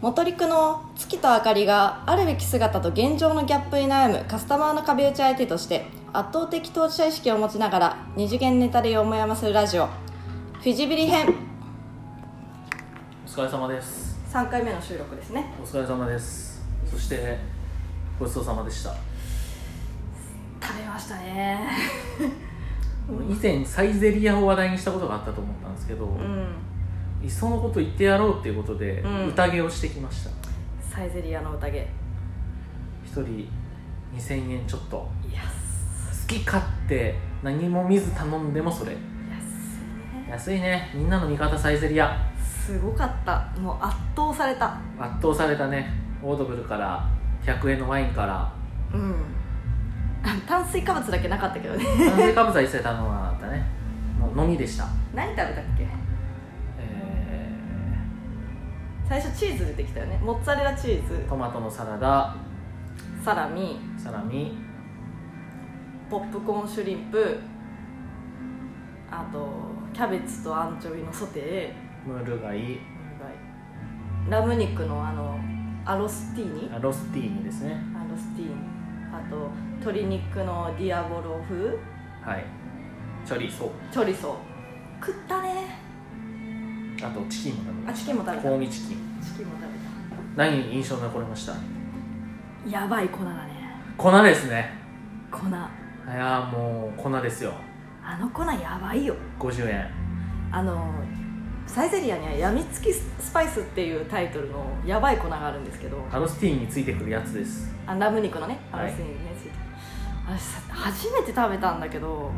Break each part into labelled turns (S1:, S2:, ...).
S1: 元陸の月と明かりがあるべき姿と現状のギャップに悩むカスタマーの壁打ち相手として圧倒的当事者意識を持ちながら二次元ネタで思いやませるラジオフィジビリ編
S2: お疲れ様です
S1: 3回目の収録ですね
S2: お疲れ様ですそしてごちそうさまでした
S1: 食べましたね
S2: 以前サイゼリヤを話題にしたことがあったと思ったんですけど、
S1: うん
S2: いっそのこと言ってやろうっていうことで
S1: うん
S2: 宴をしてきました、
S1: サイゼリアの宴
S2: 一人2000円ちょっと好
S1: 安
S2: き勝手何も見ず頼んでもそれ
S1: 安
S2: 安いねみんなの味方サイゼリヤ
S1: すごかったもう圧倒された
S2: 圧倒されたねオードブルから100円のワインから
S1: うん炭水化物だけなかったけどね
S2: 炭水化物は一切頼まなかったねもう飲みでした
S1: 何食べたっけ
S2: え
S1: 最初チーズ出てきたよねモッツァレラチーズ
S2: ートマトのサラダ
S1: サラミ
S2: サラミ
S1: ポップコーンシュリンプあとキャベツとアンチョビのソテー
S2: ムール貝
S1: ラム肉のあのアロスティーニ
S2: あロスティーニですね
S1: アロスティーニあと鶏肉のディアボロ風
S2: はいチョリソ
S1: チョリソ食ったね
S2: あとチキンも食
S1: あ
S2: べまし
S1: チキンも
S2: た
S1: 食べ
S2: 香味チキン
S1: たチキンも食べ
S2: 何に印象に残りました
S1: たやばい粉だね
S2: 粉ですね
S1: 粉あ
S2: いやーもう粉ですよ
S1: の粉やばいよ
S2: 50円
S1: あのサイゼリアにはやみつきスパイスっていうタイトルのやばい粉があるんですけど
S2: アロスティーニについてくるやつです
S1: あラム肉のねア
S2: はい
S1: ロスティーニにねついて、あれさ初めて食べたんだけど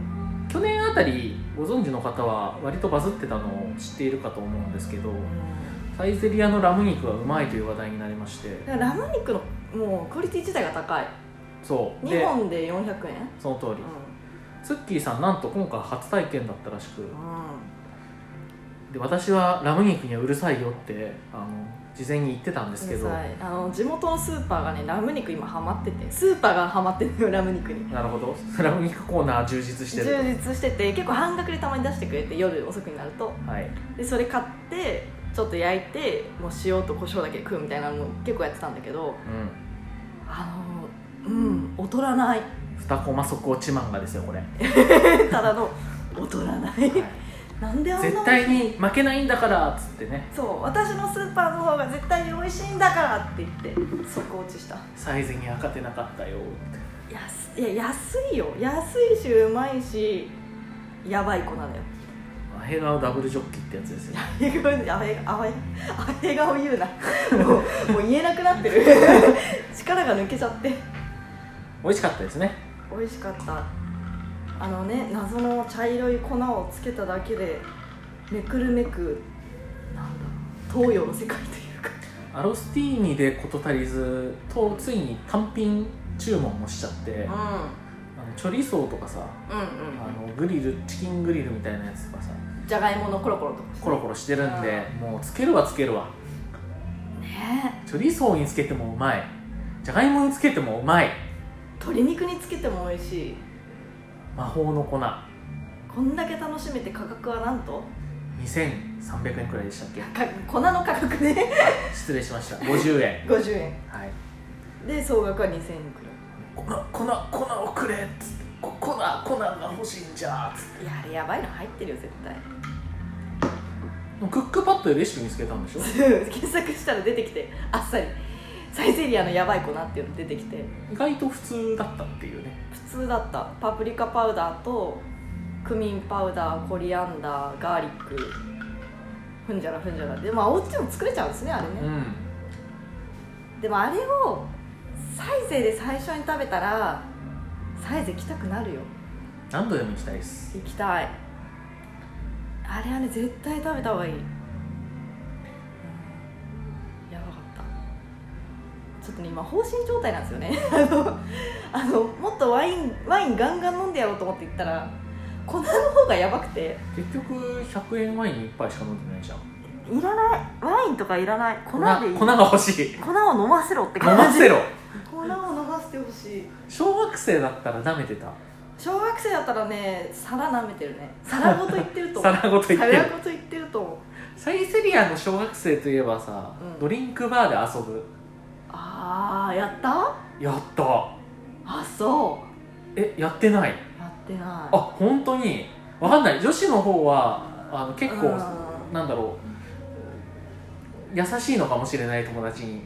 S2: 去年あたりご存知の方は割とバズってたのを知っているかと思うんですけど
S1: うん
S2: サイゼリヤのラム肉がうまいという話題になりまして
S1: ラム肉のもうクオリティ自体が高い
S2: そう
S1: 2
S2: で
S1: 本で400円
S2: その通り
S1: うん、
S2: ツッキーさんなんと今回初体験だったらしく
S1: う
S2: で私はラム肉にはうるさいよってあの事前に言ってたんです
S1: ん、
S2: け
S1: で
S2: ど
S1: さあの地元のスーパーがねラム肉今ハマっててスーパーがハマってるよラム肉に
S2: なるほど ラム肉コーナー充実して
S1: 充
S2: ると
S1: 実してて結構半額でたまに出してくれて夜遅くになると
S2: はい
S1: でそれ買ってちょっと焼いてもう塩と胡椒だけで食うみたいなのも結構やってたんだけど
S2: う
S1: あのうん劣らない
S2: ん2コマ速落ち漫画ですよ これ、
S1: ただの劣らないなんであんな
S2: 絶対に負けないんだからっつってね
S1: そう私のスーパーの方が絶対に美味しいんだからって言って即落ちした
S2: サイズには勝てなかったよって
S1: 安いいや安いよ安いしうまいしやばい子なのよ
S2: アヘ顔ダブルジョッキってやつですよ
S1: あれあれあれ顔言うな もうもう言えなくなってる 力が抜けちゃって
S2: 美味しかったですね
S1: 美味しかったあのね謎の茶色い粉をつけただけでめくるめくなんだ東洋の世界というか
S2: アロスティーニで事足りずとついに単品注文もしちゃって、あのチョリソーとかさ
S1: うんう
S2: あ
S1: ん
S2: のグリルチキングリルみたいなやつとかさ
S1: うんじゃがいものコロコロとか
S2: コロコロしてるんでもうつけるはつけるわ
S1: ねえ
S2: チョリソーにつけてもうまいじゃがいもにつけてもうまい
S1: 鶏肉につけても美味しい
S2: 魔法の粉
S1: こんだけ楽しめて価格はなんと
S2: 2300円くらいでしたっけ
S1: か粉の価格で
S2: 失礼しました50円
S1: 50円
S2: はい
S1: で総額は2000円く
S2: 粉粉粉をくれっつってこ粉粉が欲しいんじゃっつっ
S1: らいいやあれやばいの入ってるよ絶対
S2: てクックパッドでレシピ見つけたんでしょ
S1: 検索したら出てきてあっさりサイゼリアのやばい粉っていうの出てきて
S2: 意外と普通だったっていうね
S1: 普通だったパプリカパウダーとクミンパウダーコリアンダーガーリックふんじゃらふんじゃらでまあお家でも作れちゃうんですねあれ
S2: う
S1: ね、
S2: ん
S1: でもあれをサイゼで最初に食べたらサイゼ行きたくなるよ
S2: 何度でも行きたいです
S1: 行きたいあれはね絶対食べた方がいい、うんやばかったちょっとね今放心状態なんですよね あのあのもっとワインワインガンガン飲んでやろうと思って行ったら粉の方がやばくて
S2: 結局100円ワイン1杯しか飲んでないじゃん
S1: いらないワインとかいらない粉でいい
S2: 粉が欲しい飲
S1: 粉を飲ませろって感じ
S2: ませろ
S1: 粉を飲ませてほしい
S2: 小学生だったら舐めてた
S1: 小学生だったらね皿舐めてるね皿ごといってると思う
S2: 皿ごと言って
S1: 皿
S2: る
S1: ごといってると思う
S2: サイゼリアの小学生といえばさ、
S1: うん
S2: ドリンクバーで遊ぶ
S1: ああやった
S2: やった
S1: あそ
S2: えやってないう
S1: やってな
S2: あ
S1: い
S2: 本当にわかんない女子の方はあの結構、
S1: うん
S2: なんだろう優しいのかもしれない友達に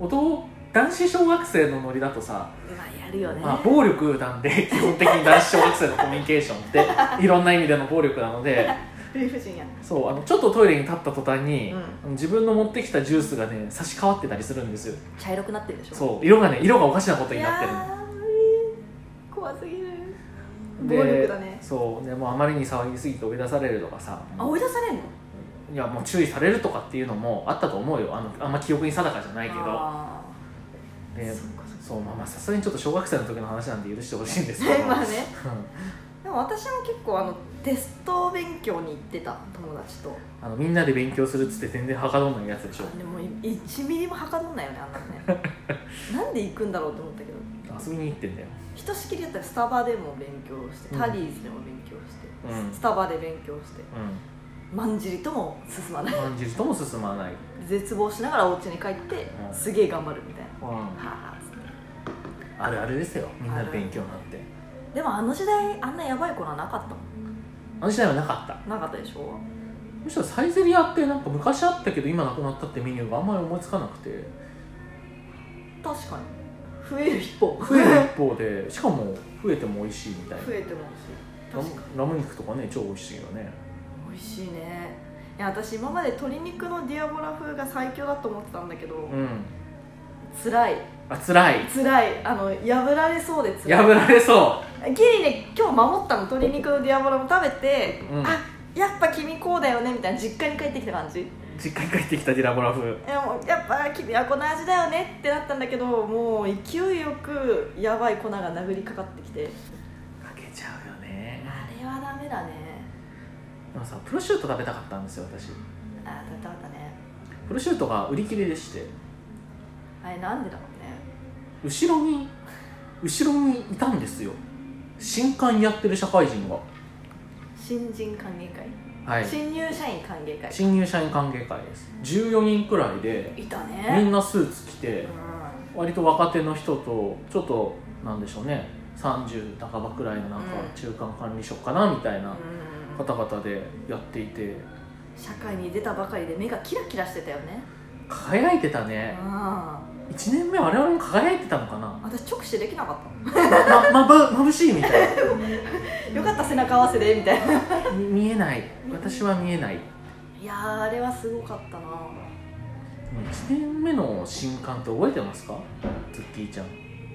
S2: 男男子小学生のノリだとさ、
S1: まあやるよね、
S2: まあ、暴力なんで 基本的に男子小学生のコミュニケーション っていろんな意味での暴力なので
S1: 理不尽や
S2: そうあのちょっとトイレに立った途端に、
S1: うん
S2: あの自分の持ってきたジュースがね差し替わってたりするんですよ
S1: 茶色くなってるでしょ
S2: そう色がね色がおかしなことに
S1: い
S2: なって
S1: や
S2: る
S1: ー怖すぎる
S2: で
S1: 暴力だね
S2: そうでもうあまりに騒ぎすぎて追い出されるとかさ
S1: あ追い出されんの
S2: いやもう注意されるとかっていうのもあったと思うよあのあんま記憶に定かじゃないけど
S1: あー
S2: で
S1: そっかそっか
S2: そうまあまあさすがにちょっと小学生の時の話なんで許してほしいんですけど
S1: まあね
S2: うん
S1: でも私も結構あのテスト勉強に行ってた友達と
S2: あのみんなで勉強するっつって全然はかどんないやつでしょ
S1: でもい1ミリもはかどんないよねあんなのね なんで行くんだろうと思ったけど
S2: 遊びに行ってんだよ
S1: ひとしきりやったらスタバでも勉強して、
S2: うん
S1: タリーズでも勉強して
S2: うんうん
S1: スタバで勉強してまんじりとも進まない
S2: 感じるとも進まない、うん、
S1: 絶望しながらお家に帰って
S2: うん
S1: すげえ頑張るみたいな
S2: あ
S1: はあつって
S2: るあるですよみんなで勉強なんて
S1: でもあの時代あんなやばい子はなかったもん
S2: あの時代はなかった
S1: なかったでしょ
S2: むしろサイゼリアってなんか昔あったけど今なくなったってメニューがあんまり思いつかなくて
S1: 確かに増える一方
S2: 増える一方でしかも増えても美味しいみたい な
S1: 増えても美
S2: ラ
S1: 味し
S2: ム
S1: い確かに
S2: ラム肉とかね超美味しいよね
S1: 美味しいねいや私今まで鶏肉のディアボラ風が最強だと思ってたんだけど、
S2: うん
S1: 辛い
S2: あ辛い
S1: 辛いあの破られそうで辛い
S2: 破られそ
S1: ギリね今日守ったの鶏肉のディアボラも食べて、
S2: うん
S1: あやっぱ君こうだよねみたいな実家に帰ってきた感じ
S2: う実家に帰ってきたディラボラ風
S1: いやもうやっぱ君はこの味だよねってなったんだけどもう勢いよくやばい粉が殴りかかってきて
S2: かけちゃうよね
S1: あれはダメだね
S2: でもさプロシュート食べたかったんですよ私
S1: あー食べたかったね
S2: プロシュートが売り切れでして
S1: あれなんでだろうね
S2: 後ろに後ろにいたんですよ新刊やってる社会人が
S1: 新人歓迎会、
S2: はい
S1: 新入社員歓迎会
S2: 新入社員歓迎会です14人くらいで
S1: いた
S2: み
S1: ね
S2: んなスーツ着て
S1: う
S2: 割と若手の人とちょっとなんでしょうね30半ばくらいのなんか
S1: うん
S2: 中間管理職かなみたいなん
S1: うん
S2: 方々でやっていて
S1: 社会に出たばかりで目がキラキラしてたよね
S2: 輝いてた
S1: う
S2: ね
S1: ん
S2: 1年目我々も輝いてたのかな
S1: 私直視できなかっ
S2: ままぶ眩しいみたいな
S1: たよかった背中合わせでみたいな
S2: み見えない私は見えない
S1: いやーあれはすごかったな
S2: 1年目の新刊って覚えてますかズッキーちゃん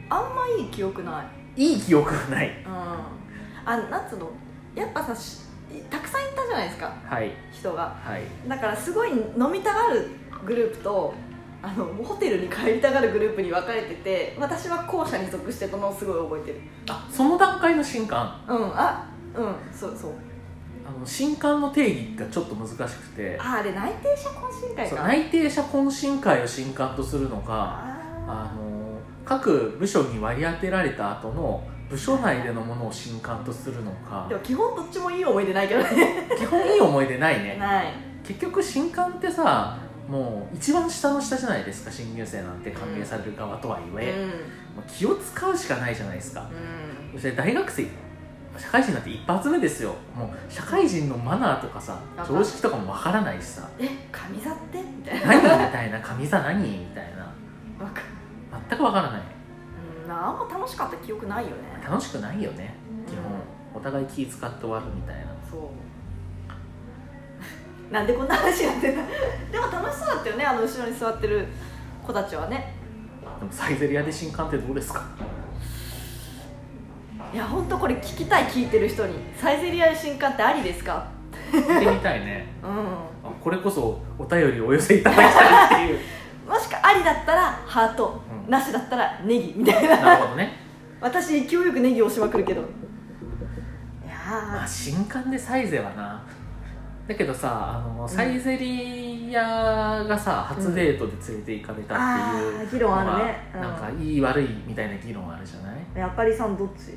S1: あんまいい記憶ない
S2: いい記憶がない
S1: うんあなんつうのやっぱさしたくさんいたじゃないですか
S2: はい
S1: 人が
S2: はい
S1: だからすごい飲みたがるグループとあのホテルに帰りたがるグループに分かれてて私は後者に属してたのをすごい覚えてる
S2: あその段階の新刊
S1: うんあうんそうそう
S2: あの新刊の定義がちょっと難しくて
S1: ああれ内定者懇親会
S2: そう
S1: か
S2: 内定者懇親会を新刊とするのかあ
S1: あ
S2: の各部署に割り当てられた後の部署内でのものを新刊とするの
S1: ー
S2: か
S1: でも基本どっちもいい思い出ないけど ね
S2: 基本いい思い出ないね
S1: ない
S2: 結局新刊ってさもう一番下の下じゃないですか新入生なんて歓迎される側とはいえ、
S1: うん
S2: もう気を使うしかないじゃないですか
S1: うん
S2: そして大学生社会人なんて一発目ですよもう社会人のマナーとかさ
S1: わかる
S2: 常識とかもわからないしさ
S1: え神座ってみたいな
S2: 何みたいな神座何みたいな
S1: わか
S2: 全くわからない
S1: うんあんま楽しかった記憶ないよね
S2: 楽しくないよね基本
S1: うん
S2: お互い気使って終わるみたいな
S1: そう なんでこんな話やってた でも楽しそうだったよねあの後ろに座ってる子たちはね
S2: でもサイゼリアで新刊ってどうですか
S1: いや本当これ聞きたい聞いてる人にサイゼリアで新刊ってありですか
S2: 行ってみたいね
S1: うん
S2: あこれこそお便りお寄せいただきたいっていう
S1: もしくはありだったらハート、
S2: うん
S1: なしだったらネギみたいな
S2: なるほどね
S1: 私勢いよくネギ押しまくるけどいや
S2: まあ
S1: ー
S2: 新刊でサイゼはなだけどさあのサイゼリアがさ、初デートで連れて行かれたっていう、
S1: あー議論あるねうん
S2: なんかいい悪いみたいな議論あるじゃない
S1: やっぱりさんどっち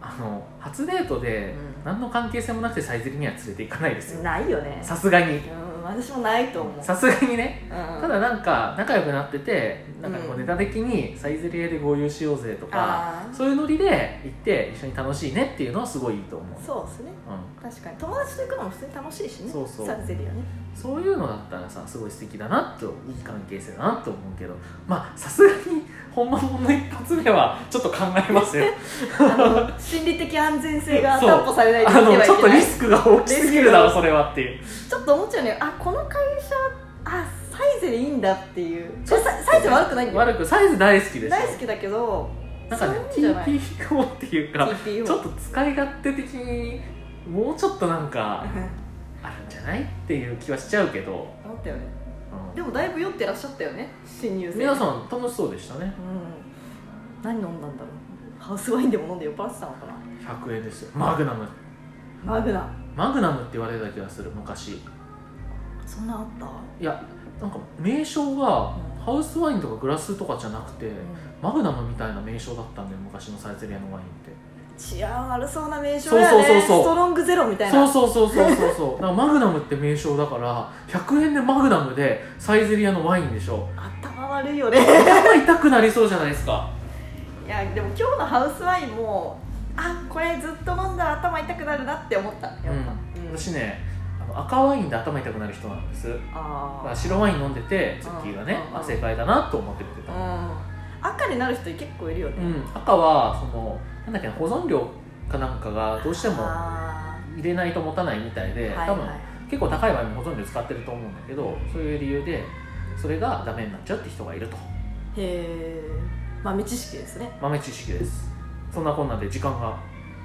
S2: あの初デートで
S1: うん
S2: 何の関係性もなくてサイゼリアには連れて行かないですよ
S1: ないよね
S2: さすがに
S1: うん私もないと思う、
S2: さすがにね
S1: うん、
S2: ただなんか仲良くなっててなんかこ
S1: う
S2: うんネタ的にサイゼリヤで合流しようぜとか、
S1: ああ
S2: そういうノリで行って一緒に楽しいねっていうのはすごいいいと思う
S1: そうですね
S2: うん、
S1: 確かに友達と行くのも普通に楽しいしね
S2: そうそう
S1: サイゼリ ヤね
S2: そういうのだったらさすごい素敵だなといい関係性だなと思うけどまあさすがに本間もんの一発目はちょっと考えますよ
S1: あの心理的安全性が
S2: そう
S1: 担保されないと
S2: あ
S1: いけ
S2: の
S1: ない
S2: ちょっとリスクが大きすぎるだろ
S1: リス
S2: それはっていう
S1: ちょっと思っちゃうねあこの会社あサイズでいいんだっていうサイサイズ悪くないんだよ
S2: 悪くサイズ大好きです
S1: 大好きだけど
S2: なんかね
S1: そういうんじゃない
S2: TPO っていうか
S1: TPO
S2: ちょっと使い勝手的にもうちょっとなんかあるんじゃないっていう気はしちゃうけど、
S1: 思ったよね
S2: う
S1: でもだいぶ酔ってらっしゃったよね新入
S2: ん、
S1: 生
S2: 皆さん楽しそうでしたね
S1: うん何飲んだんだろうハウスワインでも飲んで酔っ払ってたのかな
S2: 100円ですよマグナム
S1: マグナ
S2: マグナムって言われた気がする昔い
S1: そんなあった、
S2: やなんか名称が
S1: うん
S2: ハウスワインとかグラスとかじゃなくて、マグナムみたいな名称だったんで昔のサイゼリアのワインっ
S1: 治安悪そうな名称だよね
S2: そうそうそうそう
S1: ストロングゼロみたい
S2: てそ
S1: な
S2: うそうそうそうそうそうだからマグナムって名称だから100円でマグナムでサイゼリアのワインでしょ
S1: 頭悪いよね
S2: 頭痛くなりそうじゃないですか
S1: いやでも今日のハウスワインもあこれずっと飲んだら頭痛くなるなって思ったやっぱ、
S2: うん
S1: うん
S2: 私ねあの赤ワインで頭痛くなる人なんですだから
S1: あ
S2: 白ワイン飲んでてツッキーがね
S1: うん
S2: あ正解だなと思って見てた、うん
S1: あうん赤になる人結構いるよね、
S2: 赤はそのなんだっけな保存料かなんかがどうしても
S1: あ
S2: 入れないと持たないみたいで、
S1: ーはい
S2: 多
S1: は
S2: 分
S1: い
S2: 結構高いワインも保存料使ってると思うんだけどそういう理由でそれがダメになっちゃうって人がいると
S1: へえまあ未知識ですね
S2: 豆知識ですそんなこんなで時間が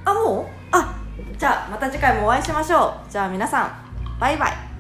S1: あもうあじゃあまた次回もお会いしましょうじゃあ皆さんバイバイ